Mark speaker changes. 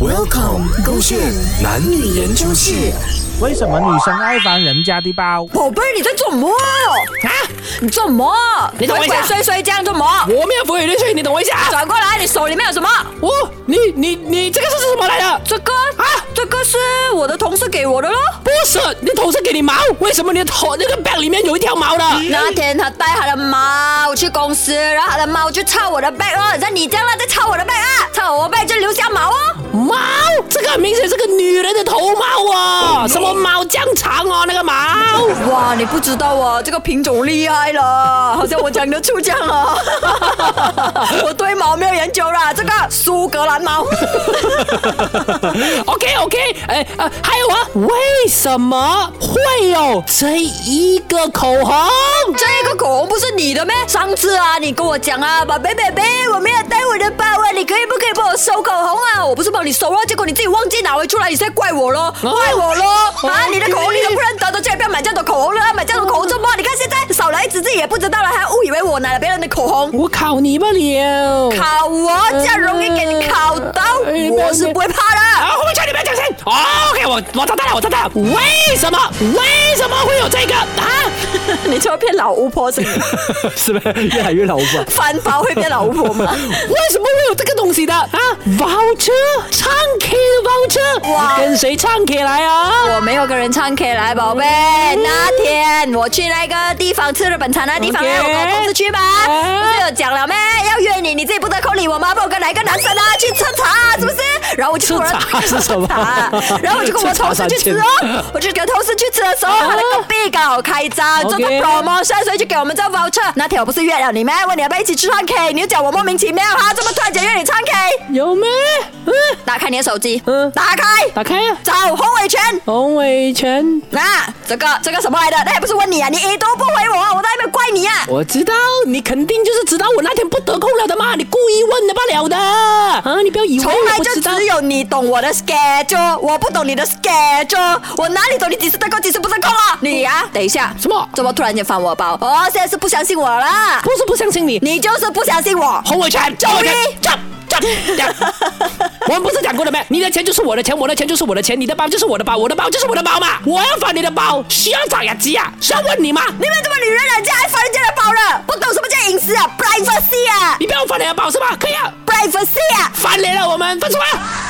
Speaker 1: Welcome，勾线男女研究室。
Speaker 2: 为什么女生爱翻人家的包？
Speaker 1: 宝贝，你在做什么啊？你做什么？
Speaker 3: 你等我一下
Speaker 1: 鬼鬼祟祟这样做什么？
Speaker 3: 我没有浮云乱去，你等我一下。
Speaker 1: 转过来，你手里面有什么？
Speaker 3: 哦，你你你这个是什么来的？
Speaker 1: 这个啊，这个是我的同事给我的咯。
Speaker 3: 不是，你头是给你毛，为什么你的头那个 bag 里面有一条毛的？
Speaker 1: 那天他带他的猫去公司，然后他的猫就抄我的 bag 哦，像你这样啦，在抄我的 bag 啊，抄我的 bag 就留下毛哦。
Speaker 3: 毛，这个很明显是个女人的头毛哦，什么毛这样长哦，那个毛。
Speaker 1: 哇，你不知道啊，这个品种厉害了， 好像我讲得出这样啊。 我对猫没有研究啦，这个苏格兰猫。
Speaker 3: OK OK，哎啊，还有啊，为什么会有这一个口红？
Speaker 1: 这个口红不是你的咩？上次啊，你跟我讲啊，宝贝贝贝，我没有带我的包啊，你可以不可以帮我收口红啊？我不是帮你收了，结果你自己忘记拿回出来，你现在怪我咯，怪我咯！啊，你的口红你都不认得，都叫你不要买这样的口红了，买这样的口红做么？你看现在少来一支自己也不知道了，还误以为我拿了别人的口红。
Speaker 3: 我考你们了。
Speaker 1: 考我，这样容易给你考到，
Speaker 3: 哦哎
Speaker 1: 我是不会怕的。
Speaker 3: 啊，后面叫你不要讲声。OK，我我找到了，我找到了。为什么？为什么会有这个啊？
Speaker 1: 你就会变老巫婆是吗？
Speaker 4: 是不是越来越老吧？
Speaker 1: 翻包会变老巫婆吗？
Speaker 3: 为什么会有这个东西的啊？voucher 唱 K 的 voucher，
Speaker 1: 哇
Speaker 3: 你跟谁唱 K 来啊？
Speaker 1: 我没有跟人唱 K 来，宝贝。那天我去那个地方吃日本餐那地方呢，我
Speaker 3: OK
Speaker 1: 跟我同事去嘛，
Speaker 3: 啊
Speaker 1: 不是有讲了咩？要约你，你自己不得空理我吗？不，我跟哪一个男生啊去吃茶，是不是？然后我就跟我的
Speaker 4: 吃茶是什么
Speaker 1: 茶 然后我就跟我同事去吃哦，我就跟同事去吃的时候，他的隔壁刚好开张，做个
Speaker 3: OK
Speaker 1: promotion，所以就给我们这 voucher。那天我不是约了你咩？问你要不要一起去唱 K，你就讲我莫名其妙哈，这么突然间约你唱 K。
Speaker 3: 有没？嗯，
Speaker 1: 打开你的手机，
Speaker 3: 嗯
Speaker 1: 打开，
Speaker 3: 打开啊，
Speaker 1: 找洪伟全。
Speaker 3: 洪伟全。
Speaker 1: 啊，这个这个什么来的？那也不是问你啊，你一都不回我，我在那边怪你啊。
Speaker 3: 我知道你肯定就是知道我那天不得空了的嘛，你故意问的罢了的啊！你不要以为
Speaker 1: 从
Speaker 3: 我
Speaker 1: 来
Speaker 3: 不
Speaker 1: 就
Speaker 3: 知道
Speaker 1: 只。有你懂我的 schedule，我不懂你的 schedule，我哪里懂你几时得空，几时不得空啊？你啊，等一下，
Speaker 3: 什么
Speaker 1: 怎么突然间翻我包？哦，现在是不相信我啦？
Speaker 3: 不是不相信你，
Speaker 1: 你就是不相信我。
Speaker 3: 洪伟全，
Speaker 1: 救
Speaker 3: 洪伟全
Speaker 1: 命，
Speaker 3: 站站站！ 我们不是讲过了没？你的钱就是我的钱，我的钱就是我的钱，你的包就是我的包，我的包就是我的包嘛！我要翻你的包，需要找牙机啊？需要问你吗？
Speaker 1: 你们怎么女人人家还翻人家的包呢？不懂什么叫隐私啊，privacy 啊
Speaker 3: 你不要翻你的包是吧？可以啊，
Speaker 1: ，privacy 啊。
Speaker 3: 翻脸了，我们分手啊！